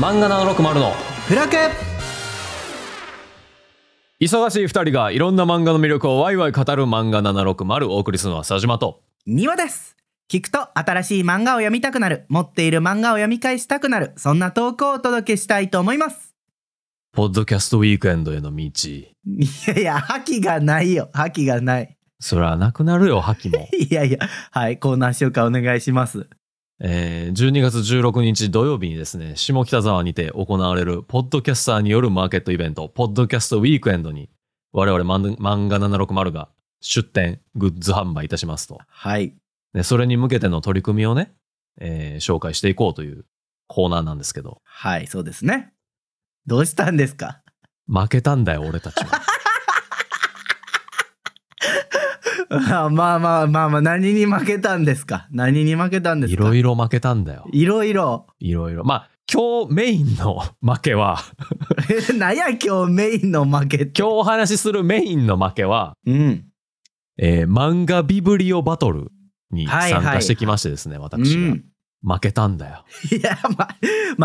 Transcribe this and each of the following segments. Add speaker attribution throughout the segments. Speaker 1: 漫画760の
Speaker 2: フラケ
Speaker 1: 忙しい二人がいろんな漫画の魅力をワイワイ語る漫画760をお送りするのは佐島と
Speaker 2: 庭です聞くと新しい漫画を読みたくなる持っている漫画を読み返したくなるそんな投稿をお届けしたいと思います
Speaker 1: ポッドキャストウィークエンドへの道
Speaker 2: いやいや覇気がないよ覇気がない
Speaker 1: そりゃなくなるよ覇気も
Speaker 2: いやいやはいコーナー紹介お願いします
Speaker 1: えー、12月16日土曜日にですね下北沢にて行われるポッドキャスターによるマーケットイベントポッドキャストウィークエンドに我々漫漫画760が出展グッズ販売いたしますと
Speaker 2: はい
Speaker 1: でそれに向けての取り組みをね、えー紹介していこうというコーナーなんですけど
Speaker 2: はいそうですねどうしたんですか
Speaker 1: 負けたんだよ俺たちは
Speaker 2: まあまあまあまあ何に負けたんですか何に負けたんです
Speaker 1: い
Speaker 2: か
Speaker 1: ろいろ負けたんだよ
Speaker 2: いろいろ
Speaker 1: いろいろまあ今日メインの負けは
Speaker 2: えなんや今日メインの負けって
Speaker 1: 今日お話しするメインの負けは、
Speaker 2: うん
Speaker 1: えー漫画ビブリオバトルに
Speaker 2: はい
Speaker 1: 参
Speaker 2: はい
Speaker 1: 加してきましてですね、私が、
Speaker 2: うん
Speaker 1: 負けたんだよ
Speaker 2: いや、ま、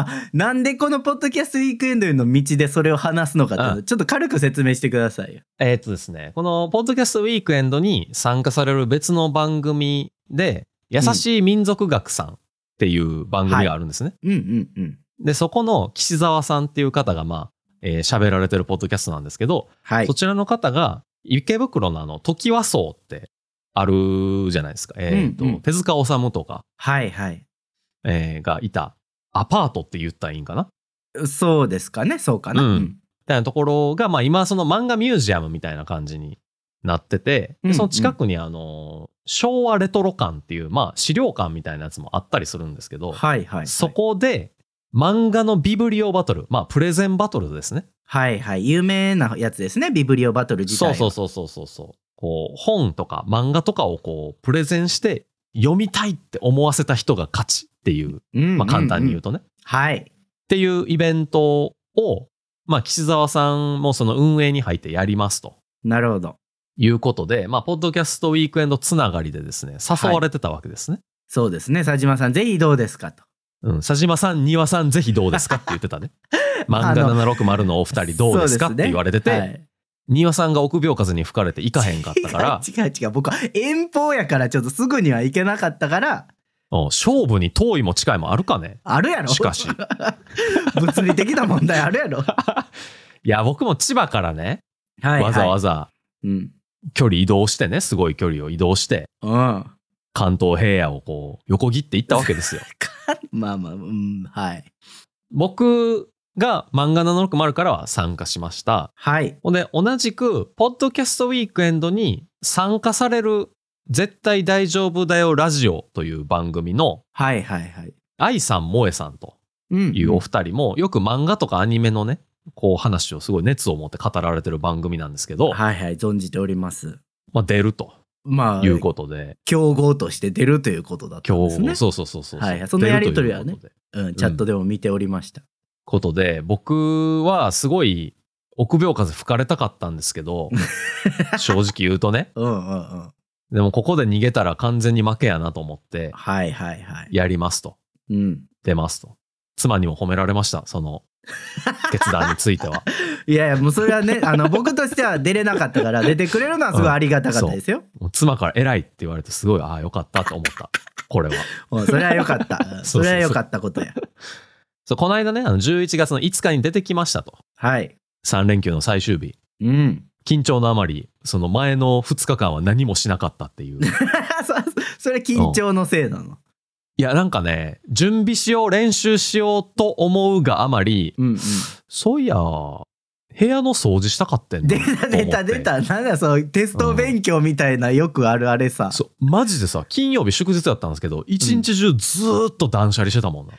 Speaker 2: ま、なんでこのポッドキャストウィークエンドへの道でそれを話すのかっていうの、
Speaker 1: う
Speaker 2: ちょっと軽く説明してくださいよ。
Speaker 1: えーっとですねこのポッドキャストウィークエンドに参加される別の番組で優しい民族学さんっていう番組があるんですね、
Speaker 2: うんうんうん。
Speaker 1: で、そこの岸沢さんっていう方が、まあ、えー喋られてるポッドキャストなんですけど、
Speaker 2: はい
Speaker 1: そ。ちらの方が、池袋のあの、時和荘ってあるじゃないですか。えっ、と、
Speaker 2: うんうん
Speaker 1: 手塚治虫とか、
Speaker 2: はいはい。
Speaker 1: えーがいたアパートって言ったらいいんかなみ
Speaker 2: そうですかね、そうかな。
Speaker 1: うんたいなところが、まあ今その漫画ミュージアムみたいな感じになってて、
Speaker 2: うんうん
Speaker 1: でその近くにあの、昭和レトロ館っていう、まあ資料館みたいなやつもあったりするんですけど、
Speaker 2: はいはい。
Speaker 1: そ。こで漫画のビブリオバトル、まあプレゼンバトルですね。
Speaker 2: はいはい。有名なやつですね、ビブリオバトル自体
Speaker 1: そ
Speaker 2: は。
Speaker 1: うそうそうそうそうそうこう本とか漫画とかをこうプレゼンして読みたいって思わせた人が勝ちっていう、
Speaker 2: うんうんうん
Speaker 1: まあ、簡単に言うとね、っ
Speaker 2: はい。
Speaker 1: ていうイベントを、まあ、岸澤さんもその運営に入ってやりますと
Speaker 2: なるほど。
Speaker 1: いうことで、まあ、ポッドキャストウィークエンドつながりでですね誘われてたわけですね、
Speaker 2: そうですね、佐島さん、ぜひどうですかと。
Speaker 1: うん、佐島さん丹羽さんぜひどうですかって言ってた ね漫画760のお二人どうですかって言われてて、
Speaker 2: そうですね
Speaker 1: 丹羽さんが臆病風に吹かれて行かへんかったか
Speaker 2: は
Speaker 1: ら
Speaker 2: い、違う違う、僕は遠方やから、ちょっとすぐには行けなかったから、
Speaker 1: うん勝負に遠いも近いもあるかね
Speaker 2: あるやろ。
Speaker 1: しか し。
Speaker 2: 物理的な問題ある やろ。はい
Speaker 1: や、僕も千葉からね、
Speaker 2: い、
Speaker 1: わざわざ
Speaker 2: ざ。うん。
Speaker 1: 距離移動してね、すごい距離を移動して、
Speaker 2: うん。ま
Speaker 1: 関東平野をこう、横切っていったわけですよ。
Speaker 2: あまあ、うん、はい。
Speaker 1: 僕が漫画760からは参加しました。
Speaker 2: はい。
Speaker 1: ほんで、同じく、ポッドキャストウィークエンドに参加される、絶対大丈夫だよラジオという番組の、
Speaker 2: はいはいはい。
Speaker 1: 愛さん、萌えさんと
Speaker 2: うん
Speaker 1: いうお二人も、よく漫画とかアニメのね、こう話をすごい熱を持って語られてる番組なんですけど、
Speaker 2: はいはい、存じております。
Speaker 1: まあ出ると
Speaker 2: まあ
Speaker 1: い、うことで、
Speaker 2: 競合として出るということだったん
Speaker 1: 今
Speaker 2: ですね
Speaker 1: 日、。そうそうそうそう。
Speaker 2: はいはいそのやりとりはね
Speaker 1: 出るということで
Speaker 2: うん、チャットでも見ておりました。
Speaker 1: ことで、僕はすごい臆病風吹かれたかったんですけ ど、正直言うとね。
Speaker 2: うん、うん、うん。
Speaker 1: でもここで逃げたら完全に負けやなと思って、
Speaker 2: はいはいはい。
Speaker 1: やりますと。
Speaker 2: うん。
Speaker 1: 出ますと。妻にも褒められました、その決断について は。
Speaker 2: いやいや、もうそれはね、 あの、僕としては出れなかったから、出てくれるのはすごいありがたかったですよ。
Speaker 1: もう妻から偉いって言われてすごい、ああ、よかったと思った。これは。
Speaker 2: うん、それは良かった。 うん
Speaker 1: そうそうそう
Speaker 2: それは良かったことや。
Speaker 1: そうこの間ね、あの11月の5日に出てきましたと。
Speaker 2: はい。
Speaker 1: 3連休の最終日。
Speaker 2: うん。
Speaker 1: 緊張のあまり、その前の2日間は何もしなかったっていう。
Speaker 2: そそれ緊張のせいなの。
Speaker 1: いや、なんかね、準備しよう、練習しようと思うがあまり、
Speaker 2: うん、うん。
Speaker 1: そういや、部屋の掃除したかってんな
Speaker 2: 出た出た出。た。なんだそう、テスト勉強みたいな、よくあるあれ
Speaker 1: と思
Speaker 2: さ。
Speaker 1: ってそう、マジでさ、金曜日祝日だったんですけど、一日中ずーっと断捨離してたもんな。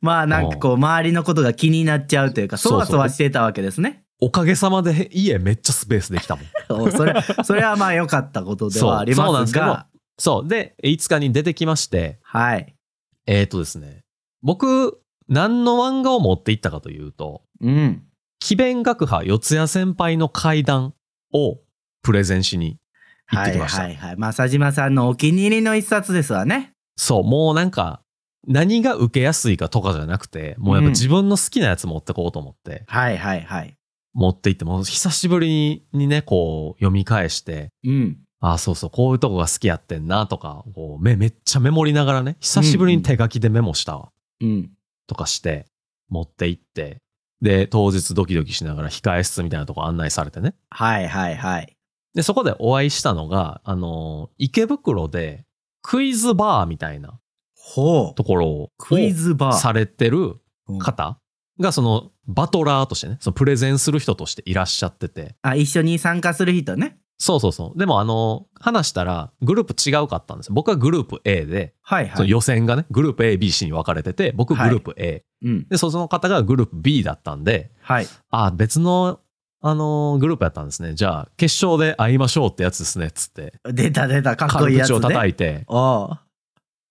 Speaker 2: まあなんかこう周りのことが気になっちゃうというか
Speaker 1: そう
Speaker 2: そ
Speaker 1: そう
Speaker 2: わそわしてたわけで すね。
Speaker 1: おかげさまで家めっちゃスペースできたもん。
Speaker 2: おそれそれはまあ良かったことではあり
Speaker 1: そうそうなん
Speaker 2: ま
Speaker 1: ですすけど
Speaker 2: が
Speaker 1: そう。で、5日に出てきまして、
Speaker 2: はい。
Speaker 1: えーとですね、僕、何の漫画を持っていったかというと、
Speaker 2: うん。
Speaker 1: 奇弁学派四谷先輩の怪談をプレゼンしに行っ
Speaker 2: は
Speaker 1: て
Speaker 2: い
Speaker 1: きました
Speaker 2: は。いはい。まあ佐島さんのお気に入りの一冊ですわね。
Speaker 1: そう、もうなんか、何が受けやすいかとかじゃなくて、もうやっぱ自分の好きなやつ持ってこうと思って、
Speaker 2: はいはいはい。
Speaker 1: 持って行って、もう久しぶりにね、こう読み返して、
Speaker 2: うん。
Speaker 1: ああ、そうそう、こういうとこが好きやってんなとか、こうめめっちゃメモりながらね、久しぶりに手書きでメモしたわ、
Speaker 2: うん。
Speaker 1: とかして、持って行って、で、当日ドキドキしながら控え室みたいなとこ案内されてね。
Speaker 2: はいはいはい。
Speaker 1: で、そこでお会いしたのが、あのー池袋でクイズバーみたいな
Speaker 2: ほう。
Speaker 1: ところを
Speaker 2: クイズバー。
Speaker 1: されてる
Speaker 2: うん
Speaker 1: 方が、そのバトラーとしてね、そのプレゼンする人としていらっしゃってて、
Speaker 2: あ、一緒に参加する人ね。
Speaker 1: そうそうそう。でもあの、話したらグループ違うかったんですよ。僕はグループ A で、
Speaker 2: はい
Speaker 1: そ
Speaker 2: は
Speaker 1: の
Speaker 2: い。
Speaker 1: 予選がね、グループ A、B、C に分かれてて、僕グ
Speaker 2: はい
Speaker 1: ループ A。
Speaker 2: うん。
Speaker 1: で、その方がグループ B だったんで、
Speaker 2: はい。
Speaker 1: あ、別の、あのーグループやったんですね。じゃあ、決勝で会いましょうってやつですね、つって。
Speaker 2: 出た出た、かっこ
Speaker 1: 軽
Speaker 2: いいやつ、
Speaker 1: 口
Speaker 2: ね。
Speaker 1: を叩いて。
Speaker 2: お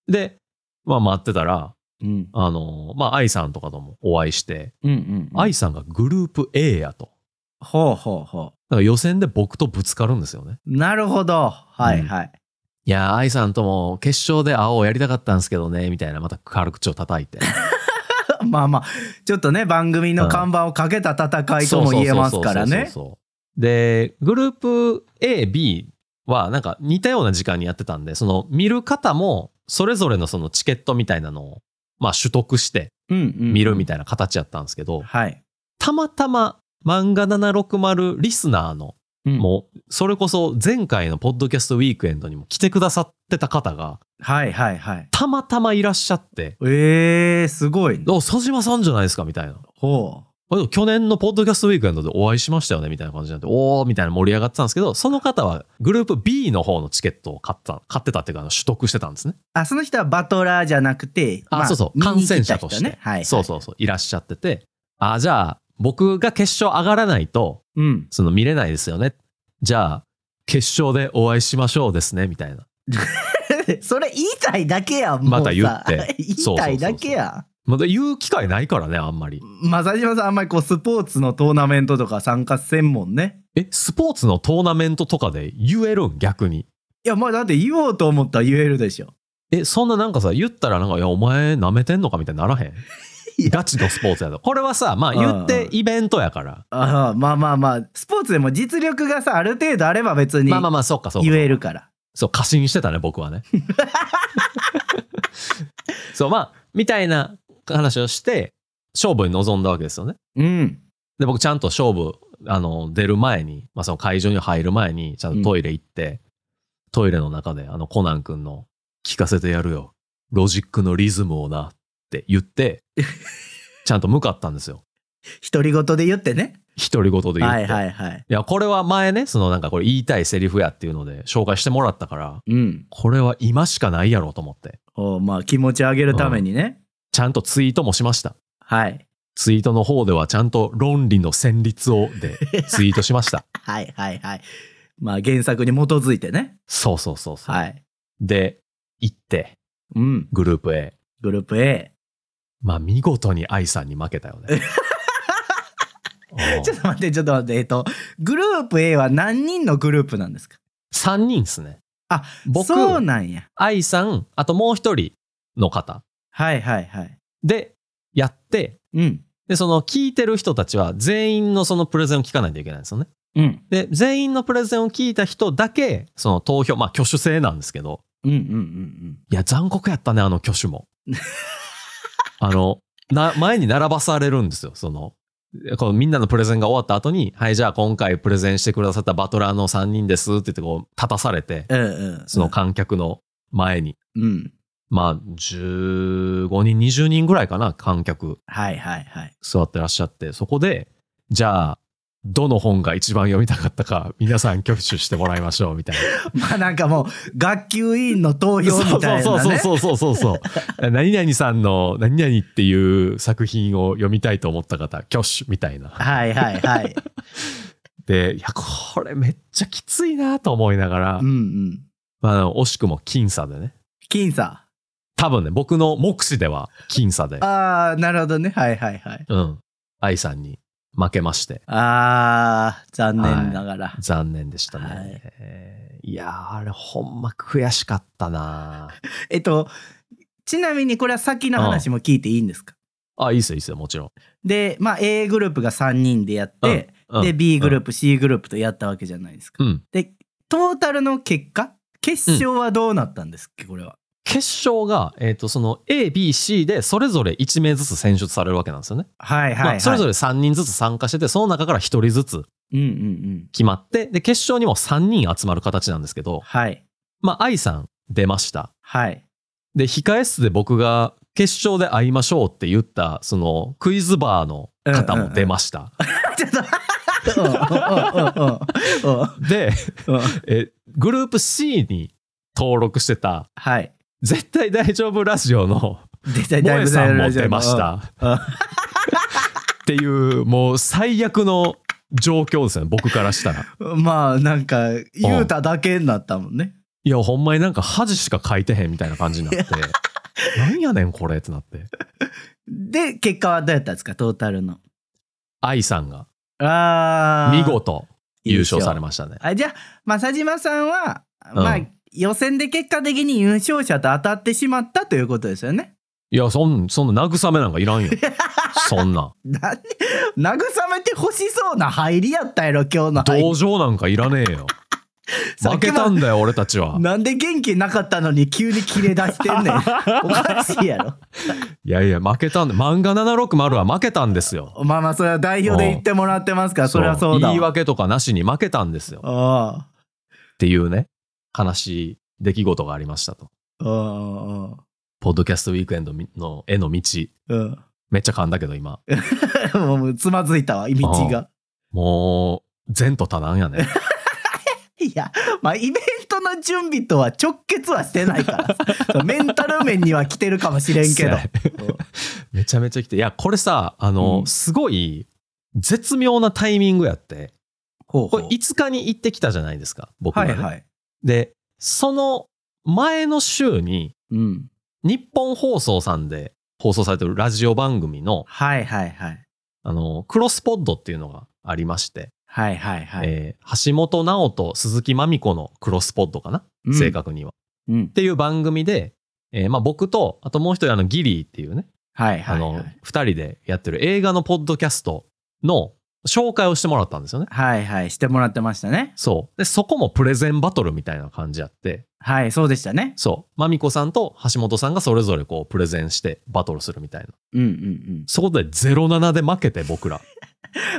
Speaker 2: う。
Speaker 1: で、まあ待ってたら、
Speaker 2: うん。
Speaker 1: あのーまあ、愛さんとかともお会いして、
Speaker 2: うんうん、うん。
Speaker 1: 愛さんがグループ A やと。
Speaker 2: ほうほうほ
Speaker 1: だから予選で僕とぶつかるんですよね。
Speaker 2: う。なるほど。はいはい。
Speaker 1: いやー、愛さんとも決勝で青をやりたかったんですけどね、みたいな、また軽口を叩い て。
Speaker 2: まあまあ、ちょっとね、番組の看板をかけた戦いとも言えま
Speaker 1: そうそ
Speaker 2: すから
Speaker 1: うそうそう
Speaker 2: ね。
Speaker 1: そうそう。で、グループ A、B はなんか似たような時間にやってたんで、その見る方もそれぞれのそのチケットみたいなのを、まあ取得して
Speaker 2: うんうん。
Speaker 1: 見るみ
Speaker 2: た
Speaker 1: たいな形やったんですけど、
Speaker 2: はい。
Speaker 1: たまたま漫画760リスナーの、
Speaker 2: うん
Speaker 1: もうそれこそ前回のポッドキャストウィークエンドにも来てくださってた方が、
Speaker 2: はいはいはい。
Speaker 1: たまたまいらっしゃって、
Speaker 2: えー、すごいね。
Speaker 1: お、佐島さんじゃないですかみたいな。
Speaker 2: ほ
Speaker 1: あでも去年のポッドキャストウィークエンドでお会いしましたよねみたいな感じになって、おーみたいな盛り上がってたんですけど、その方はグループ B の方のチケットを買った、買ってたっていうか、あの取得してたんですね。
Speaker 2: う。あ、その人はバトラーじゃなくて、
Speaker 1: あ、
Speaker 2: まあ
Speaker 1: そうそう、
Speaker 2: 見
Speaker 1: 感
Speaker 2: に来た
Speaker 1: 染者
Speaker 2: 人
Speaker 1: として、
Speaker 2: ね。はい。
Speaker 1: そうそうそう、いらっしゃってて、あ、じゃあ、僕が決勝上がらないと、
Speaker 2: う。うん。
Speaker 1: その見れないですよね。じゃあ、決勝でお会いしましょうですね、みたいな。
Speaker 2: それ言いたいだけやんもうさ
Speaker 1: また言って
Speaker 2: 言いたいだけや
Speaker 1: まだ言う機会ないからね、あんまり。
Speaker 2: まあ佐島さんあんまりこうスポーツのトーナメントとか参加せんもんね
Speaker 1: え、スポーツのトーナメントとかで言えるん逆に。
Speaker 2: いやまあだって言おうと思ったら言えるでしょ
Speaker 1: え、そんななんかさ、言ったらなんか、いや、お前舐めてんのかみたいにならへん
Speaker 2: いや
Speaker 1: ガチのスポーツやと。これはさ、まあ言ってイベントやから。
Speaker 2: ああまあまあまあスポーツでも実力がさある程度あれば別に
Speaker 1: まあまあまあ、そうか、そうか。
Speaker 2: 言えるから
Speaker 1: そう、過信してたね、僕は ね。そう、まあ、みたいな話をして、勝負に臨んだわけですよね。
Speaker 2: うん
Speaker 1: で、僕ちゃんと勝負、あの、出る前に、まあその会場に入る前に、ちゃんとトイレ行って、トイレの中で、あの、コナン君の、聞かせてやるよ。ロジックのリズムをな、って言 って、ちゃんと向かったんですよ。
Speaker 2: 独り言で言ってね
Speaker 1: 独り言で言って。
Speaker 2: はいはいはい
Speaker 1: いや、これは前ね、そのなんかこれ言いたいセリフやっていうので紹介してもらったから、
Speaker 2: うん
Speaker 1: これは今しかないやろうと思って、
Speaker 2: おうまあ気持ち上げるためにね、
Speaker 1: ちゃんとツイートもしました。
Speaker 2: はい
Speaker 1: ツイートの方ではちゃんと論理の旋律をでツイートしま した。
Speaker 2: はいはいはいまあ原作に基づいてね
Speaker 1: そうそうそうそう。
Speaker 2: はい
Speaker 1: で、行って、
Speaker 2: うん
Speaker 1: グループ A。
Speaker 2: グループ A
Speaker 1: まあ見事に愛さんに負けたよね。おう
Speaker 2: ちょっと待って、ちょっと待って、えっと、グループ A は何人のグループなんですか
Speaker 1: 三人っすね。
Speaker 2: あ、
Speaker 1: 僕、
Speaker 2: そうなんや。
Speaker 1: 愛さん、あともう一人の方
Speaker 2: はいはいはい。
Speaker 1: でやって、
Speaker 2: うん。
Speaker 1: で、その聞いてる人たちは全員のそのプレゼンを聞かないといけないんですよね。
Speaker 2: うん。
Speaker 1: で、全員のプレゼンを聞いた人だけ、その投票、まあ挙手制なんですけど、
Speaker 2: うんうんうん
Speaker 1: いや、残酷やったね、あの挙手も。あの、な、前に並ばされるんですよ、その。こうみんなのプレゼンが終わった後に、はい、じゃあ今回プレゼンしてくださったバトラーの3人ですって言ってこう、立たされて、
Speaker 2: うん。うんうん。
Speaker 1: その観客の前に。
Speaker 2: うん。
Speaker 1: まあ、15人、20人ぐらいかな、観客
Speaker 2: はいはいはい。
Speaker 1: 座ってらっしゃって、そこで、じゃあ、どの本が一番読みたかったか、皆さん挙手してもらいましょう、みたいな。
Speaker 2: まあなんかもう、学級委員の投票みたいなね。
Speaker 1: そうそうそうそうそう そう。何々さんの何々っていう作品を読みたいと思った方、挙手みたいな。
Speaker 2: はいはい はい。
Speaker 1: で、いや、これめっちゃきついなと思いながら、
Speaker 2: うんうん。
Speaker 1: まああの、惜しくも僅差でね。
Speaker 2: 僅差。
Speaker 1: 多分ね、僕の目視では僅差で、
Speaker 2: ああ、なるほどね。はいはいはい。
Speaker 1: うん。愛さんに負けまして、
Speaker 2: ああ、残念ながら。
Speaker 1: 残念でしたね。
Speaker 2: はい
Speaker 1: えーいやー、あれほんま悔しかったな
Speaker 2: えっと、ちなみにこれは先の話も聞いていいんですか
Speaker 1: あ、いいっすよ、いいっすよ、もちろん。
Speaker 2: で、まあ、A グループが3人でやって、
Speaker 1: うん
Speaker 2: で B グループ、C グループとやったわけじゃないですか。
Speaker 1: うん。
Speaker 2: でトータルの結果決勝はどうなったんですっけこれは。
Speaker 1: 決勝が、えっ、と、その A、B、C で、それぞれ1名ずつ選出されるわけなんですよね。
Speaker 2: はいはい、はい
Speaker 1: まあ、それぞれ3人ずつ参加してて、その中から1人ずつ
Speaker 2: うんうんうん。
Speaker 1: 決まって、で、決勝にも3人集まる形なんですけど、
Speaker 2: はい
Speaker 1: まあ、愛さん出ました。
Speaker 2: はい。
Speaker 1: で、控え室で僕が決勝で会いましょうって言った、そのクイズバーの方も出ました。
Speaker 2: ちょっとうんうんうんうん
Speaker 1: で、
Speaker 2: うんうん
Speaker 1: え、グループ C に登録してた、
Speaker 2: はい。
Speaker 1: 絶対大丈夫ラジオの
Speaker 2: 絶対
Speaker 1: 萌
Speaker 2: だい
Speaker 1: え
Speaker 2: ぶ
Speaker 1: さん
Speaker 2: だ
Speaker 1: も
Speaker 2: いぶ
Speaker 1: 出ました。
Speaker 2: うんうん
Speaker 1: っていう、もう最悪の状況ですね、僕からしたら。
Speaker 2: うんまあなんか言うただけになったもんね。
Speaker 1: いや、ほんまになんか恥しか書いてへんみたいな感じになって、なんやねんこれってなって。
Speaker 2: で結果はどうやったんですかトータルの。
Speaker 1: 愛さんが
Speaker 2: ああ
Speaker 1: 見事優勝され
Speaker 2: ま
Speaker 1: ましたね。
Speaker 2: あじゃあ正島さんは、
Speaker 1: うん
Speaker 2: まあ予選で結果的に優勝者と当たってしまったということですよね。
Speaker 1: いや、そん、そんな慰めなんかい らんよ。そんな。
Speaker 2: なんで慰めてほしそうな入りやったやろ今日の入り
Speaker 1: 同情なんかいらねえよ。
Speaker 2: さっき
Speaker 1: 負けたんだよ、俺たち は。
Speaker 2: なんで元気なかったのに急に切れ出してんねんおかしいやろ
Speaker 1: いやいや、負けたんだ。漫画760は負けたんですよ。
Speaker 2: まあまあそれは代表で言ってもらってますからそれはそうだわ
Speaker 1: 言い訳とかなしに負けたんですよ。
Speaker 2: あ
Speaker 1: っていうね、悲しい出来事がありましたと。
Speaker 2: あああ
Speaker 1: ポッドキャストウィークエンドの絵の道。
Speaker 2: うん
Speaker 1: めっちゃ噛んだけど、今。
Speaker 2: もうつまずいたわ道が
Speaker 1: もう、前途多難やね。
Speaker 2: いやまあイベントの準備とは直結はしてないから メンタル面には来てるかもしれんけど
Speaker 1: めちゃめちゃ来て。いや、これさ、あの、
Speaker 2: うん
Speaker 1: すごい、絶妙なタイミングやって。
Speaker 2: ほう
Speaker 1: これ5日に行ってきたじゃないですか、僕が、
Speaker 2: は
Speaker 1: ね
Speaker 2: いはい
Speaker 1: で、その前の週に、
Speaker 2: うん
Speaker 1: 日本放送さんで放送されてるラジオ番組の、
Speaker 2: はいはいはい
Speaker 1: あの、クロスポッドっていうのがありまして、
Speaker 2: はいはいはい、
Speaker 1: えー橋本直人、鈴木まみ子のクロスポッドかな、
Speaker 2: うん
Speaker 1: 正確には。っ
Speaker 2: うん
Speaker 1: ていう番組で、えーまあ僕と、あともう一人、あの、ギリーっていうね、
Speaker 2: はい
Speaker 1: あ
Speaker 2: はい
Speaker 1: の、二、
Speaker 2: はい
Speaker 1: 人でやってる映画のポッドキャストの紹介をしてもらったんですよね。
Speaker 2: はいはい、してもらってましたね。
Speaker 1: そう。で、そこもプレゼンバトルみたいな感じやって、
Speaker 2: はい、そうでしたね。
Speaker 1: そう。まみこさんと橋本さんがそれぞれこうプレゼンしてバトルするみたいな。
Speaker 2: うんうんうん。
Speaker 1: そこで07で負けて僕ら。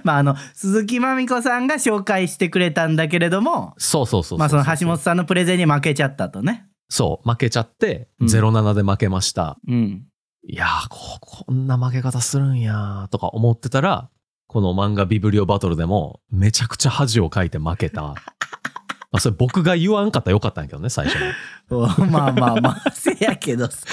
Speaker 2: まああの鈴木まみこさんが紹介してくれたんだけれども、
Speaker 1: そうそうそうう。
Speaker 2: まあその橋本さんのプレゼンに負けちゃったとね。
Speaker 1: そう、負けちゃって、
Speaker 2: うん
Speaker 1: 07で負けました。
Speaker 2: うん。
Speaker 1: いやーこ、こんな負け方するんやーとか思ってたら、この漫画ビブリオバトルでもめちゃくちゃ恥をかいて負 けた。まあそれ僕が言わんかったらよかったんやけどね、最初に。
Speaker 2: お まあまあまあ せやけどさ。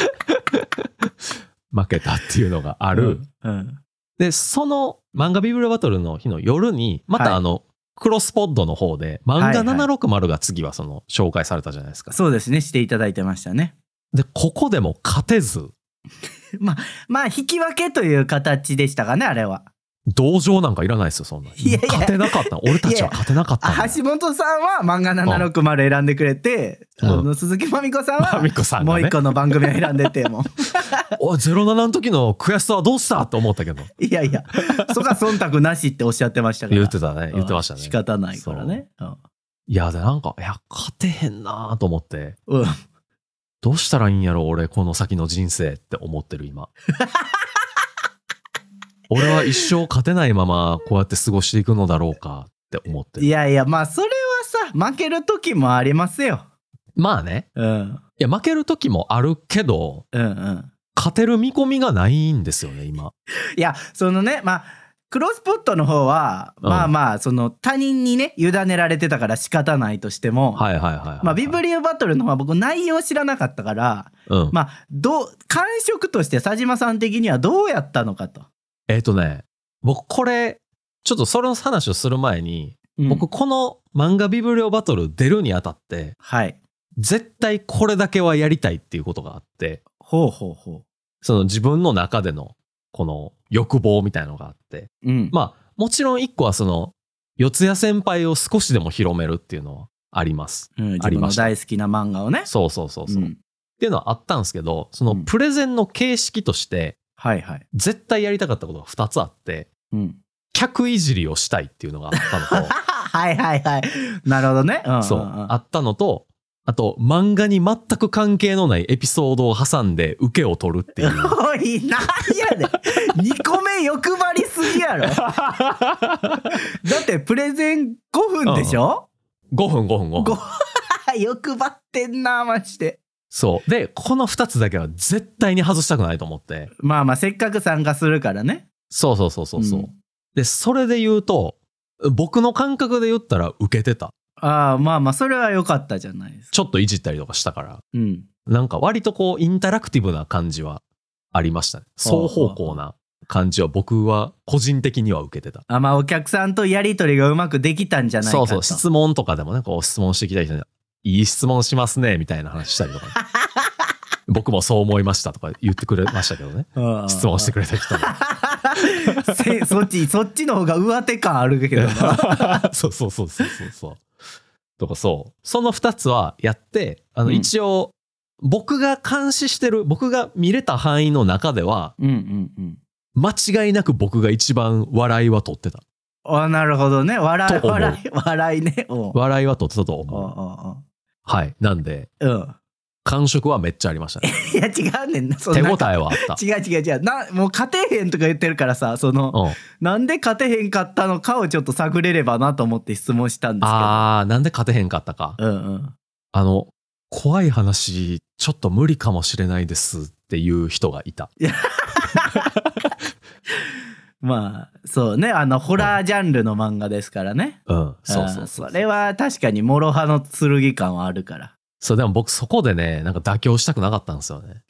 Speaker 1: 負けたっていうのがあ
Speaker 2: あ
Speaker 1: る。。
Speaker 2: うん。
Speaker 1: で、その漫画ビブリオバトルの日の夜に、ま
Speaker 2: はい
Speaker 1: たあの、クロスポッドの方で、漫
Speaker 2: はいは
Speaker 1: 画
Speaker 2: い
Speaker 1: 760が次はその紹介されたじゃないですか。
Speaker 2: そうですね、していただいてましたね。
Speaker 1: で、ここでも勝てず、
Speaker 2: まあ引き分けという形でしたかね、あれは。
Speaker 1: 同情なんかいらないですよ、そんな。
Speaker 2: いやいや
Speaker 1: 勝てなかった。俺たちは勝てなかったんだ
Speaker 2: あ。橋本さんは漫画760選んでくれて、
Speaker 1: うん
Speaker 2: あの鈴木まみこさん
Speaker 1: ま
Speaker 2: は
Speaker 1: みこさん
Speaker 2: も
Speaker 1: が
Speaker 2: う
Speaker 1: ね
Speaker 2: 一。個の番組を選んでても う。
Speaker 1: おい、07の時の悔しさはどうしたって思ったけど。
Speaker 2: いやいや、そこは忖度なしっておっしゃってましたから。
Speaker 1: 言ってたね。言ってました
Speaker 2: 仕
Speaker 1: ね。
Speaker 2: 方ないからね。うん
Speaker 1: いや、で、なんか、いや、勝てへんなーと思って、
Speaker 2: うん。
Speaker 1: どうしたらいいんやろ、俺、この先の人生って思ってる、今。 俺は一生勝てないまま、こうやって過ごしていくのだろうかって思って
Speaker 2: い
Speaker 1: る。
Speaker 2: やいや、まあ、それはさ、負ける時もありますよ。
Speaker 1: まあね。
Speaker 2: うん。
Speaker 1: いや、負ける時もあるけど、
Speaker 2: うんうん。
Speaker 1: 勝てる見込みがないんですよね、今。
Speaker 2: いや、そのね、まあ、クロスポットの方は、
Speaker 1: うん
Speaker 2: まあまあ、その他人にね、委ねられてたから仕方ないとしても、
Speaker 1: はいはいはいはい、
Speaker 2: まあ、ビブ
Speaker 1: リ
Speaker 2: リオバトルの方は僕内容知らなかったから、
Speaker 1: うん。
Speaker 2: まあ、どう、感触として佐島さん的にはどうやったのかと。
Speaker 1: えっ、とね、僕これ、ちょっとそれの話をする前に、
Speaker 2: うん
Speaker 1: 僕この漫画ビブリオバトル出るにあたって、
Speaker 2: はい。
Speaker 1: 絶対これだけはやりたいっていうことがあって、
Speaker 2: ほうほうほ
Speaker 1: その自分の中での、この欲望みたいのがあって、
Speaker 2: う。うん。
Speaker 1: まあ、もちろん一個はその、四谷先輩を少しでも広めるっていうのはあります。
Speaker 2: うん、自
Speaker 1: あり
Speaker 2: 分
Speaker 1: ま
Speaker 2: の
Speaker 1: した
Speaker 2: 大好きな漫画をね。
Speaker 1: そうそうそうそう。
Speaker 2: うん
Speaker 1: っていうのはあったんですけど、そうの
Speaker 2: ん
Speaker 1: プレゼンの形式として、
Speaker 2: はいはい。
Speaker 1: 絶対やりたかったことが2つあって、
Speaker 2: うん。
Speaker 1: 客いじりをしたいっていうのがあったのと、
Speaker 2: はいはいはい。なるほどね。うんんん
Speaker 1: そう、あったのと、あと、漫画に全く関係のないエピソードを挟んで、受けを取る っていう。
Speaker 2: おい、なんやねん。2個目欲張りすぎやろ。だってプレゼン5分でしょ、
Speaker 1: 5分、5分、5分。
Speaker 2: ご 欲張ってんな、マジで。
Speaker 1: そう。で、この2つだけは絶対に外したくないと思って。
Speaker 2: まあまあ、せっかく参加するからね。
Speaker 1: そうそうそうそうそう。
Speaker 2: うん
Speaker 1: で、それで言うと、僕の感覚で言ったら受けてた。
Speaker 2: ああ、まあまあ、それは良かったじゃないですか。
Speaker 1: ちょっといじったりとかしたから。
Speaker 2: うん。
Speaker 1: なんか割とこう、インタラクティブな感じはありましたね。双方向な感じは僕は個人的には受けてた。
Speaker 2: あまあ、お客さんとやりとりがうまくできたんじゃないか
Speaker 1: そ
Speaker 2: と。
Speaker 1: うそう、質問とかでもね、こう質問してきた人に、いい質問しますね、みたいな話したりと かね、僕もそう思いましたとか言ってくれましたけど ね。
Speaker 2: うん
Speaker 1: 質問してくれた人も。
Speaker 2: せ そっち、そっちの方が上手感あるけ どな。
Speaker 1: そうそうそうそうそうそう。とかそう。その2つはやって、あの
Speaker 2: うん
Speaker 1: 一応、僕が監視してる、僕が見れた範囲の中では、
Speaker 2: うんうんうん。
Speaker 1: 間違いなく僕が一番笑いは取ってた。
Speaker 2: あなるほどね。笑
Speaker 1: と
Speaker 2: い、
Speaker 1: 思う
Speaker 2: 笑い、笑いね。うん。
Speaker 1: 笑いは取ってたと
Speaker 2: う
Speaker 1: 思う。
Speaker 2: ん
Speaker 1: はい。なんで、
Speaker 2: うんうん。うん
Speaker 1: 感触はめっちゃありましたね。
Speaker 2: いや、違うねん な。その
Speaker 1: 手
Speaker 2: なん
Speaker 1: 応
Speaker 2: か
Speaker 1: えはあ った。
Speaker 2: 違う違う違う。な、もう勝てへんとか言ってるからさ、その、
Speaker 1: うん、
Speaker 2: なんで勝てへんかったのかをちょっと探れればなと思って質問したんですけど。
Speaker 1: あー、なんで勝てへんかったか。
Speaker 2: うんうん。
Speaker 1: あの、怖い話、ちょっと無理かもしれないですっていう人がいた。
Speaker 2: まあ、そうね。あの、ホラージャンルの漫画ですからね。
Speaker 1: うん、そうそ
Speaker 2: あー
Speaker 1: うそう。
Speaker 2: それは確かに諸刃の剣感はあるから。
Speaker 1: そう、でも僕そこでね、なんか妥協したくなかったんですよ ね。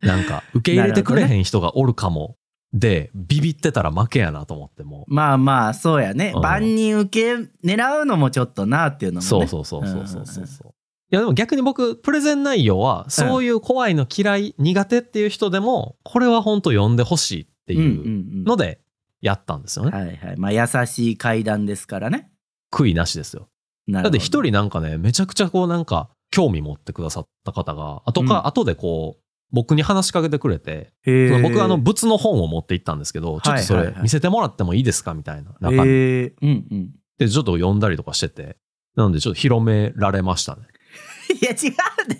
Speaker 1: なんか、受け入れてくれへん人がおるかも。で、ビビってたら負けやなと思ってもう。
Speaker 2: まあまあ、そうやね
Speaker 1: う。ん
Speaker 2: 万人受け狙うのもちょっとなっていうのもね。
Speaker 1: そうそうそうそうそうそうそう。いやでも逆に僕、プレゼン内容は、そういう怖いの嫌い、苦手っていう人でも、これは本当読んでほしいって
Speaker 2: うん
Speaker 1: いう
Speaker 2: うん
Speaker 1: ので、やったんですよ
Speaker 2: う
Speaker 1: ね
Speaker 2: ん。。はいはい。まあ、優しい階段ですからね。
Speaker 1: 悔いなしですよ。
Speaker 2: な
Speaker 1: だ
Speaker 2: るほど
Speaker 1: って一人なんかね、めちゃくちゃこうなんか、興味持ってくださった方が、後か、
Speaker 2: うん
Speaker 1: 後でこう、僕に話しかけてくれて、
Speaker 2: へ
Speaker 1: その
Speaker 2: ー
Speaker 1: 僕あの仏の本を持って行ったんですけど、ちょっとそ
Speaker 2: はい
Speaker 1: れ
Speaker 2: はいはい
Speaker 1: 見せてもらってもいいですかみたいな中に。
Speaker 2: へーうんうん。
Speaker 1: で、ちょっと読んだりとかしてて。なのでちょっと広められましたね。
Speaker 2: いや違うね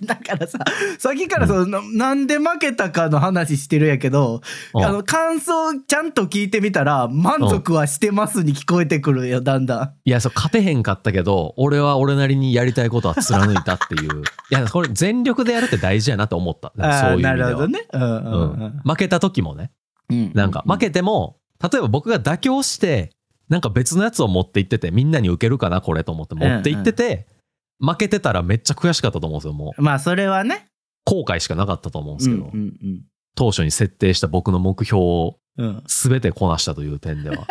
Speaker 2: だからささっきからその、ななんで負けたかの話してるやけど、
Speaker 1: うん
Speaker 2: あの感想ちゃんと聞いてみたら「満足はしてます」に聞こえてくるよだんだん。
Speaker 1: いや、そう、勝てへんかったけど、俺は俺なりにやりたいことは貫いたっていう。い や、これ全力でやるって大事やなと思った。なんかそういう意
Speaker 2: あーな
Speaker 1: 味では。
Speaker 2: るほどね。うんう
Speaker 1: うん
Speaker 2: うん
Speaker 1: ん。負けた時もね。
Speaker 2: うん
Speaker 1: なんか、負けても、例えば僕が妥協して、なんか別のやつを持って行ってて、みんなに受けるかな、これと思って持って行ってて、負けてたらめっちゃ悔しかったと思うんですよ、もう。
Speaker 2: まあそれはね。
Speaker 1: 後悔しかなかったと思うんですけど。
Speaker 2: うんうん
Speaker 1: 当初に設定した僕の目標を
Speaker 2: うんうん
Speaker 1: 全てこなしたという点で は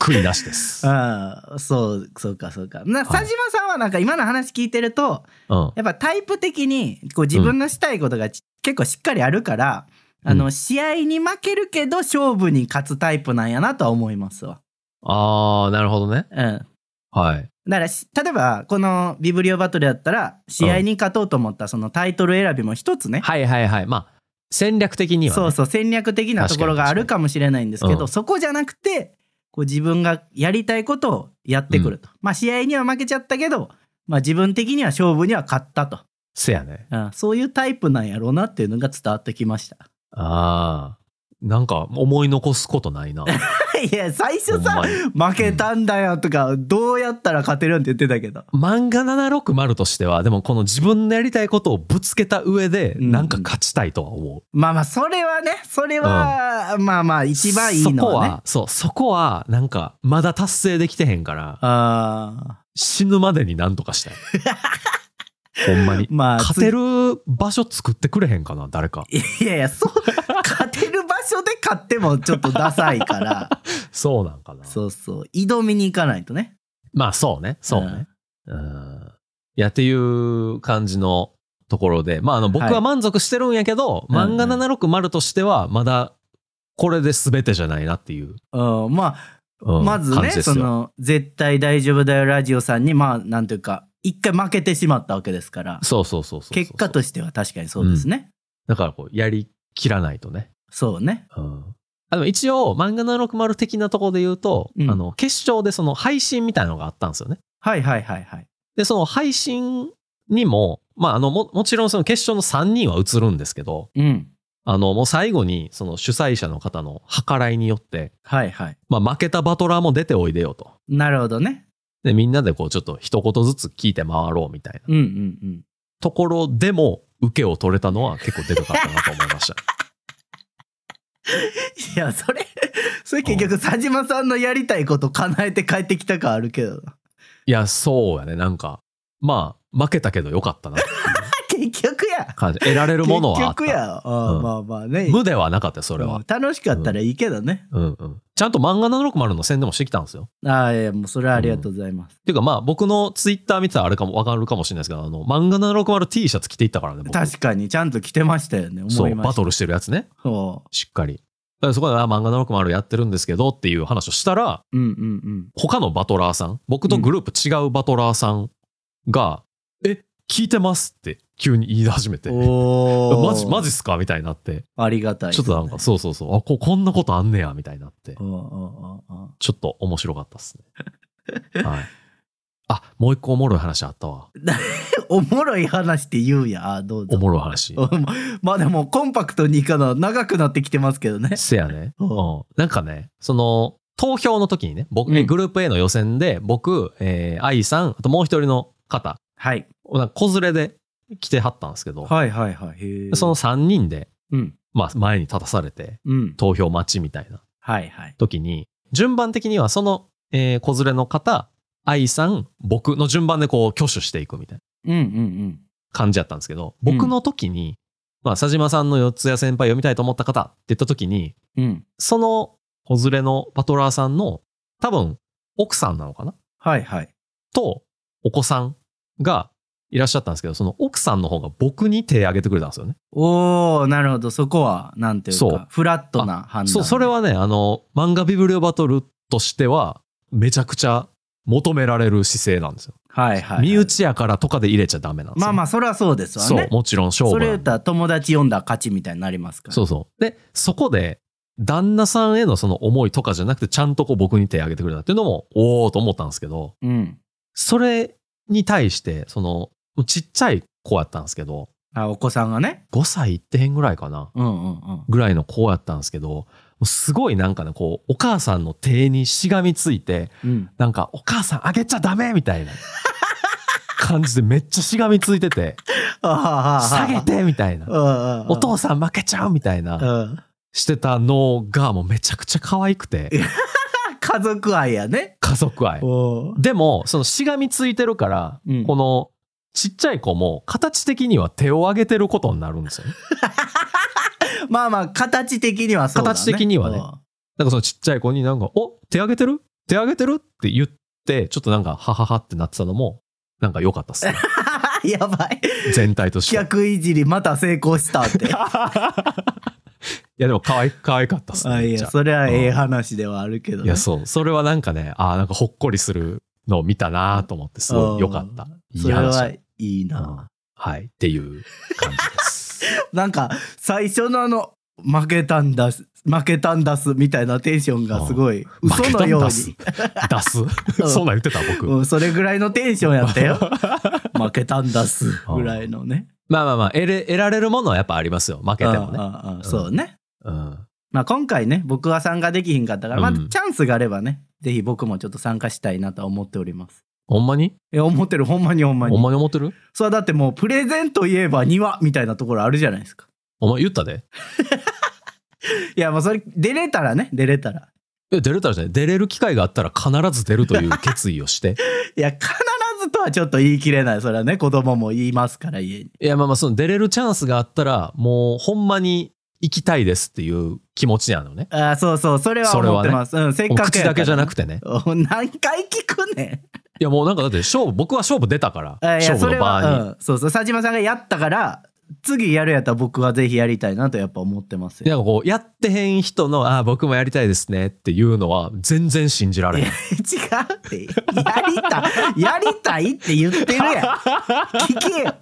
Speaker 1: 悔いなしです。
Speaker 2: ああそうそうかそうかな
Speaker 1: はい
Speaker 2: 佐島さんはなんか今の話聞いてると
Speaker 1: うん、
Speaker 2: やっぱタイプ的にこう自分のしたいことがち結構しっかりあるから、あ
Speaker 1: う
Speaker 2: の試合に負けるけど勝負に勝つタイプなんやなとは思いますわ。
Speaker 1: あーなるほどね。
Speaker 2: うん、
Speaker 1: はい。
Speaker 2: だからし例えばこのビブリオバトルだったら試合に勝とうと思ったそのタイトル選びも一つね、
Speaker 1: はいはいはい。まあ戦略的には、ね。
Speaker 2: そうそう戦略的なところがあるかもしれないんですけど、
Speaker 1: うん
Speaker 2: そこじゃなくてこう自分がやりたいことをやってくると、まあ試合には負けちゃったけど、まあ、自分的には勝負には勝ったと、
Speaker 1: せやね。
Speaker 2: うんそういうタイプなんやろうなっていうのが伝わってきました
Speaker 1: あーなんか思い残すことない な。
Speaker 2: いや最
Speaker 1: ほ
Speaker 2: 初
Speaker 1: ん
Speaker 2: さ
Speaker 1: まに
Speaker 2: 負けたんだよとか、どうやったら勝てるんって言ってたけど
Speaker 1: 漫画760としてはでもこの自分のやりたいことをぶつけた上で
Speaker 2: うん
Speaker 1: なんか勝ちたいとは思う。
Speaker 2: まあまあそれはねそれは、まあまあ一番いい
Speaker 1: そ
Speaker 2: のはね
Speaker 1: こはそうそこはなんかまだ達成できてへんから
Speaker 2: あ
Speaker 1: 死ぬまでになんとか したい。ほんまに
Speaker 2: ー。まあ
Speaker 1: 勝てる場所作ってくれへんかな誰か
Speaker 2: ついやいやそう勝てる場所で勝ってもちょっとダサい から
Speaker 1: そうなんかな
Speaker 2: そうそう挑みに行かないとね
Speaker 1: まあそうねそうねうんいやっていう感じのところでまああの僕
Speaker 2: は
Speaker 1: はい満足してるんやけど、
Speaker 2: うんうん
Speaker 1: 漫画760としてはまだこれで全てじゃないなっていう、
Speaker 2: うん、まあ、
Speaker 1: うん
Speaker 2: まず
Speaker 1: 感
Speaker 2: ね
Speaker 1: じです
Speaker 2: そ
Speaker 1: よ
Speaker 2: の「絶対大丈夫だよラジオ」さんにまあなんというか一回負けてしまったわけですから、
Speaker 1: そうそうそうそうそう。
Speaker 2: 結果としては確かにそうですね。
Speaker 1: だからこう、やりきらないとね。
Speaker 2: そうね。
Speaker 1: うん。あの一応、漫画760的なところで言うと、
Speaker 2: うん
Speaker 1: あの、決勝でその配信みたいなのがあったんですよね。
Speaker 2: はいはいはいはい。
Speaker 1: で、その配信にも、まあ、あの、も、もちろんその決勝の3人は映るんですけど、
Speaker 2: うん。
Speaker 1: あの、もう最後に、その主催者の方の計らいによって、
Speaker 2: はいはい。
Speaker 1: まあ、負けたバトラーも出ておいでよと。
Speaker 2: なるほどね。
Speaker 1: で、みんなでこう、ちょっと一言ずつ聞いて回ろうみたいな
Speaker 2: うんうんうん。
Speaker 1: ところでも、受けを取れたのは結構でかかったなと思いました。
Speaker 2: いや、それ、それ結局、佐島さんのやりたいこと叶えて帰ってきた感あるけど な。
Speaker 1: いや、そうやね。なんか、まあ、負けたけどよかったなっていう
Speaker 2: 結局や。
Speaker 1: 感じ。得 られるものはあ
Speaker 2: 結
Speaker 1: っ
Speaker 2: 局
Speaker 1: た。
Speaker 2: や。あー
Speaker 1: うん
Speaker 2: まあまあね。
Speaker 1: 無ではなかったよ、それは
Speaker 2: うん。楽しかったらいいけどね。
Speaker 1: うんうん。ちゃんと漫画760の宣伝もしてきたんですよ。
Speaker 2: ああ、いや、もうそれはありがとうございます。
Speaker 1: っていうかまあ僕のツイッター見てたらあれかもわかるかもしれないですけど、あの、漫画 760T シャツ着ていったからね、僕。
Speaker 2: 確かに、ちゃんと来てましたよね。思
Speaker 1: そう、
Speaker 2: いま
Speaker 1: バ
Speaker 2: した。
Speaker 1: トルしてるやつね。
Speaker 2: そ
Speaker 1: しっかり。だからそこで、あ、漫画760やってるんですけどっていう話をしたら、
Speaker 2: う。うんうんうん。
Speaker 1: 他のバトラーさん、僕とグループ違うバトラーさんが、え、聞いてますって急に言い始めて、
Speaker 2: お
Speaker 1: マジ、マ
Speaker 2: ジ
Speaker 1: ジっすかみたいになって、
Speaker 2: ありがたいで
Speaker 1: ちょ
Speaker 2: す
Speaker 1: っ
Speaker 2: ね、
Speaker 1: となんか、そうそうそう、あ、ここんなことあんねや、みたいになって、
Speaker 2: うんうんうんうん
Speaker 1: ちょっと面白かったっす ね。はい。あ、もう一個おもろい話あったわ。
Speaker 2: おもろい話って言うやんあー どうぞ
Speaker 1: おもろい話。
Speaker 2: まあでもコンパクトにいかな長くなってきてますけどね
Speaker 1: せやね。
Speaker 2: う
Speaker 1: うんん。なんかね、その、投票の時にね、僕、
Speaker 2: うん
Speaker 1: グループ A の予選で、僕、えー、愛さん、あともう一人の方、
Speaker 2: はい
Speaker 1: なんか子連れで来てはったんですけど、
Speaker 2: はいはいはいへえ
Speaker 1: その3人で、
Speaker 2: うん
Speaker 1: まあ、前に立たされて、
Speaker 2: うん
Speaker 1: 投票待ちみたいな
Speaker 2: はいはい
Speaker 1: 時に、順番的にはその、えー、子連れの方、愛さん、僕の順番でこう挙手していくみたいな
Speaker 2: うんうん
Speaker 1: 感じやったんですけど、
Speaker 2: うん
Speaker 1: 僕の時に、まあ、佐島さんの四谷先輩読みたいと思った方って言った時に、
Speaker 2: うんうん
Speaker 1: その、子連れのパトラーさんの、多分、奥さんなのかな
Speaker 2: はいはい
Speaker 1: と、お子さんがいらっしゃったんですけど、その奥さんの方が僕に手挙げてくれたんですよね。
Speaker 2: おーなるほどそこはなんていうか
Speaker 1: そう
Speaker 2: フラットな判断
Speaker 1: そう、それはね、あの、漫画ビブリオバトルとしては、めちゃくちゃ求められる姿勢なんですよ。
Speaker 2: はいはい、
Speaker 1: 身内やからとかで入れちゃダメなんですよ。
Speaker 2: まあまあそれはそうですわね
Speaker 1: そう、もちろん勝負な
Speaker 2: そ
Speaker 1: んで
Speaker 2: れ言ったら友達読んだら勝ちみたいになりますから
Speaker 1: そうそう。で、そこで、旦那さんへのその思いとかじゃなくて、ちゃんとこう僕に手挙げてくれたっていうのも、おーと思ったんですけど、
Speaker 2: うん
Speaker 1: それに対して、その、ちっちゃい子やったんですけど、
Speaker 2: あお子さんがね
Speaker 1: 5歳いってへんぐらいかな、
Speaker 2: うんうんうん
Speaker 1: ぐらいの子やったんですけど、もうすごいなんかね、こう、お母さんの手にしがみついて、
Speaker 2: うん
Speaker 1: なんか、お母さんあげちゃダメみたいな感じでめっちゃしがみついて て、
Speaker 2: あ
Speaker 1: 下げてみたいな、お
Speaker 2: お
Speaker 1: 父さん負けちゃうみたいな、
Speaker 2: うん
Speaker 1: してたのが、もうめちゃくちゃ可愛くて、
Speaker 2: 家族愛やね
Speaker 1: 家族愛。
Speaker 2: お
Speaker 1: でも、そのしがみついてるから、
Speaker 2: うん
Speaker 1: このちっちゃい子も形的には手を上げてることになるんですよね。
Speaker 2: まあまあ形的にはそうだね
Speaker 1: 形的にはねなんかそのちっちゃい子になんか、お手上げてる手上げてるって言って、ちょっとなんか、はははってなってたのも、なんか良かったっ すね。
Speaker 2: うんやばい
Speaker 1: 全体として。 い
Speaker 2: 逆いじりまた成功したって
Speaker 1: や、でも可愛、可愛かったっす
Speaker 2: あ
Speaker 1: ね。
Speaker 2: い
Speaker 1: めっち
Speaker 2: や
Speaker 1: ゃ
Speaker 2: それはええ話ではあるけど、ね、
Speaker 1: いや、そう。それはなんかね、ああ、なんかほっこりするのを見たなーと思って、すごい良かった。い
Speaker 2: そ
Speaker 1: い
Speaker 2: れ
Speaker 1: 話。
Speaker 2: はいい
Speaker 1: うん
Speaker 2: な、
Speaker 1: はい。っていう感じです。
Speaker 2: なんか最初のあの負けたんだす負けたんだすみたいなテンションがすごい 嘘のよう
Speaker 1: 負
Speaker 2: に
Speaker 1: け、たん だす。出すそんなん言ってた、僕。
Speaker 2: うん、それぐらいのテンションやっ たよ負けたんだすぐらいのね
Speaker 1: まあまあまあ得れ、得られるものはやっぱありますよ。負けても
Speaker 2: あ
Speaker 1: ね。
Speaker 2: あああそうね、
Speaker 1: うん。
Speaker 2: まあ、今回ね、僕は参加できひんかったから、まあ、
Speaker 1: う
Speaker 2: チ
Speaker 1: ん
Speaker 2: ャンスがあればね、ぜひ僕もちょっと参加したいなとは思っております。
Speaker 1: ほんまに
Speaker 2: え、思ってる、ほんまにほんま
Speaker 1: ほ
Speaker 2: に。
Speaker 1: んまに思ってる
Speaker 2: それはだってもう、プレゼンといえば庭みたいなところあるじゃないですか。
Speaker 1: お前言ったで。
Speaker 2: いや、まあ、それ、出れたらね、出れたら。
Speaker 1: え、出れたらじゃない。出れる機会があったら必ず出るという決意をして。
Speaker 2: いや、必ずとはちょっと言い切れない。それはね、子供も言いますから、家に。
Speaker 1: いや、まあまあ、その出れるチャンスがあったら、もうほんまに行きたいですっていう気持ちなのね。
Speaker 2: ああ、そうそう、それは
Speaker 1: それ
Speaker 2: 思っ
Speaker 1: は
Speaker 2: て
Speaker 1: ね
Speaker 2: ます。うん、せっ
Speaker 1: もう
Speaker 2: かく
Speaker 1: 口
Speaker 2: やから、
Speaker 1: だけじゃなくてね。
Speaker 2: お何回聞くね
Speaker 1: いや、もうなんかだって勝負、僕は勝負出たから。
Speaker 2: ん。あいや、
Speaker 1: 勝
Speaker 2: そ
Speaker 1: 負
Speaker 2: れ
Speaker 1: の場合に。
Speaker 2: は、うん、そうそう、佐島さんがやったから、次やるやったら僕はぜひやりたいなとやっぱ思ってます
Speaker 1: で
Speaker 2: よ。
Speaker 1: なんかこう、やってへん人の、ああ、僕もやりたいですねっていうのは、全然信じられへん。
Speaker 2: 違うって、やりたい、やりたいって言ってるやん。聞けよ。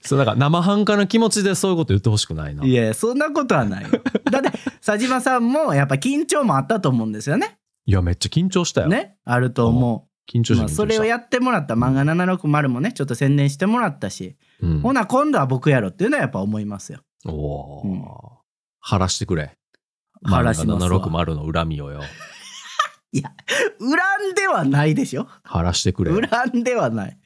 Speaker 1: そう、なんか生半可な気持ちでそういうこと言ってほしくないな。
Speaker 2: いや、そんなことはないよ。だって、佐島さんもやっぱ緊張もあったと思うんですよね。
Speaker 1: いや、めっちゃ緊張したよ。
Speaker 2: ね。あると思
Speaker 1: 緊
Speaker 2: う。
Speaker 1: 張し
Speaker 2: ま
Speaker 1: た。緊
Speaker 2: あ、
Speaker 1: 張した
Speaker 2: それをやってもらった漫画760もね、ちょっと宣伝してもらったし、
Speaker 1: うん、
Speaker 2: ほな、今度は僕やろっていうのはやっぱ思いますよ。
Speaker 1: おおー、
Speaker 2: うん
Speaker 1: 晴らしてくれ。
Speaker 2: 晴らしますわ
Speaker 1: 漫画760の恨みをよ。
Speaker 2: 恨んではないでしょ
Speaker 1: 晴らしてくれ。
Speaker 2: 恨んではない。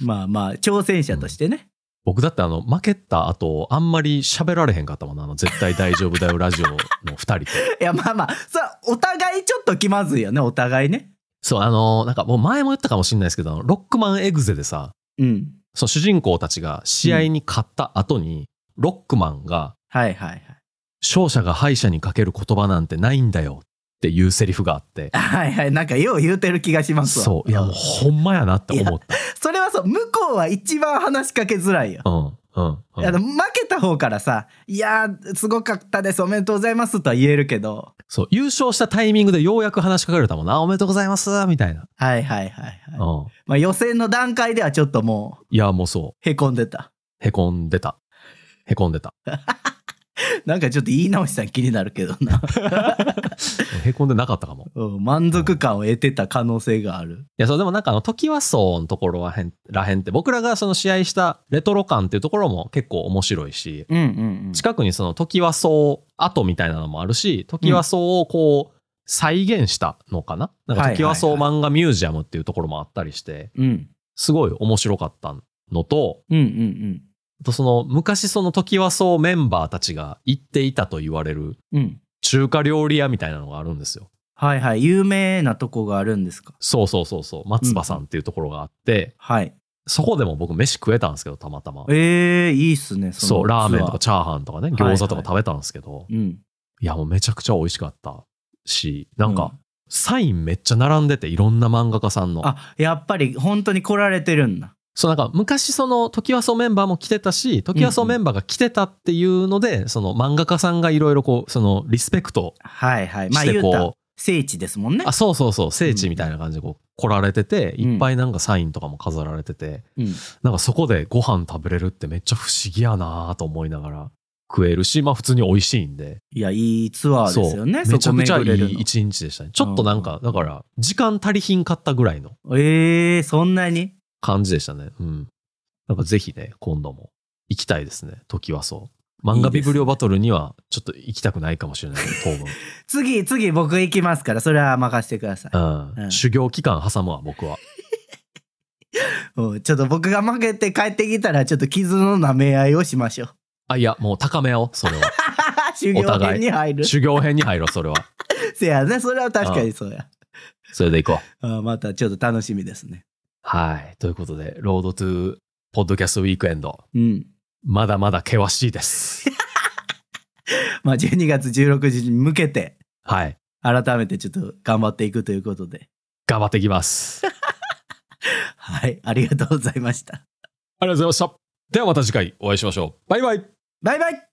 Speaker 2: まあまあ、挑戦者としてね。
Speaker 1: 僕だってあの、負けた後、あんまり喋られへんかったもんな。あの、絶対大丈夫だよラジオの二人と。
Speaker 2: いや、まあまあ、それはお互いちょっと気まずいよね、お互いね。
Speaker 1: そう、あの、なんかもう前も言ったかもしれないですけど、あのロックマンエグゼでさ、
Speaker 2: うん。
Speaker 1: その主人公たちが試合に勝った後に、ロックマンが、
Speaker 2: はいはいはい。
Speaker 1: 勝者が敗者にかける言葉なんてないんだよっていうセリフがあって、
Speaker 2: はいはい。なんか、よう言うてる気がしますわ。
Speaker 1: そう、いやもうほんまやなって思った。
Speaker 2: それはそう、向こうは一番話しかけづらいよ。
Speaker 1: うん、うん、うん
Speaker 2: あの負けた方からさ「いやーすごかったですおめでとうございます」とは言えるけど
Speaker 1: そう、優勝したタイミングでようやく話しかけられたもんな、おめでとうございます、みたいな。
Speaker 2: はいはいはいはい、
Speaker 1: うん。
Speaker 2: まあ、予選の段階ではちょっともう
Speaker 1: いや、もうそ
Speaker 2: へこんでた
Speaker 1: う、へこんでた。へこんでた。
Speaker 2: なんかちょっと言い直したん気になるけどな、
Speaker 1: へこんでなかったかも。い
Speaker 2: うん、満足感を得てた可能性がある
Speaker 1: や、そう、でもなんかあの、時はそうのところはへんらへんって、僕らがその試合したレトロ感っていうところも結構面白いし、
Speaker 2: うんうん、うん
Speaker 1: 近くにその時はそう後みたいなのもあるし、時はそうをこう、再現したのかななんか時はそう
Speaker 2: はいは
Speaker 1: 漫画ミュージアムっていうところもあったりして、
Speaker 2: うん
Speaker 1: すごい面白かったのと、
Speaker 2: うんうん
Speaker 1: あとその昔その時はそうメンバーたちが行っていたと言われる
Speaker 2: うんうん
Speaker 1: 中華料理屋みたいなのがあるんですよ。
Speaker 2: はいはい有名なとこがあるんですか
Speaker 1: そうそうそうそう松葉さんっていうところがあって、
Speaker 2: はい
Speaker 1: そこでも僕飯食えたんですけどたまたま。
Speaker 2: えー、いいっすね
Speaker 1: そうラーメンとか
Speaker 2: ち
Speaker 1: チャーハンとかね
Speaker 2: いはい
Speaker 1: 餃子とか食べたんですけど、い
Speaker 2: うん
Speaker 1: やもうめちゃくちゃ美味しかったしなんかサインめっちゃ並んでていろんな漫画家さんの
Speaker 2: うん。あやっぱり本当に来られてるんだ
Speaker 1: そうなんか昔その時はそうメンバーも来てたし時はそうメンバーが来てたっていうので、その漫画家さんがいろいろこうそのリスペクト
Speaker 2: はいはいまあ
Speaker 1: して
Speaker 2: 言
Speaker 1: こ
Speaker 2: う
Speaker 1: う、
Speaker 2: たら聖地ですもんね
Speaker 1: あそうそうそう聖地みたいな感じでこう来られてて、
Speaker 2: うん
Speaker 1: いっぱいなんかサインとかも飾られてて
Speaker 2: うん
Speaker 1: なんかそこでご飯食べれるってめっちゃ不思議やなぁと思いながら食えるしまあ普通に美味しいんで
Speaker 2: いや、いいツアーですよね。
Speaker 1: め
Speaker 2: そ
Speaker 1: ちゃ
Speaker 2: こ
Speaker 1: くちゃい
Speaker 2: 巡れる
Speaker 1: い一日でしたねちょっとなんか、
Speaker 2: うん
Speaker 1: だから時間足りひんかったぐらいの
Speaker 2: の。ええー、そんなに
Speaker 1: 感じでしたねうんなんかぜひね今度も行きたいですね時はそう漫画ビブリオバトルにはちょっと行きたくないかもしれないけど
Speaker 2: 次、次僕行きますから、それは任せてください
Speaker 1: 当。分、
Speaker 2: う
Speaker 1: うんん、修行期間挟むわ僕は
Speaker 2: うんちょっと僕が負けて帰ってきたら、ちょっと傷の舐め合いをしましょう。
Speaker 1: あいやもう高めようそれは
Speaker 2: 修行編に入る。
Speaker 1: 修行編に入ろうそれは
Speaker 2: せやね、それは確かにそうや。
Speaker 1: それでいこう。
Speaker 2: あまたちょっと楽しみですね。
Speaker 1: はい。ということで、ロードトゥーポッドキャストウィークエンド、
Speaker 2: うん。
Speaker 1: まだまだ険しい です。
Speaker 2: まあ、12月16日に向けて、
Speaker 1: はい。
Speaker 2: 改めてちょっと頑張っていくということで。
Speaker 1: 頑張っていき ます。あり
Speaker 2: はい、ありがとうございました。
Speaker 1: がとうございました。ではまた次回お会いしましょう。バイバイ。
Speaker 2: バイバイ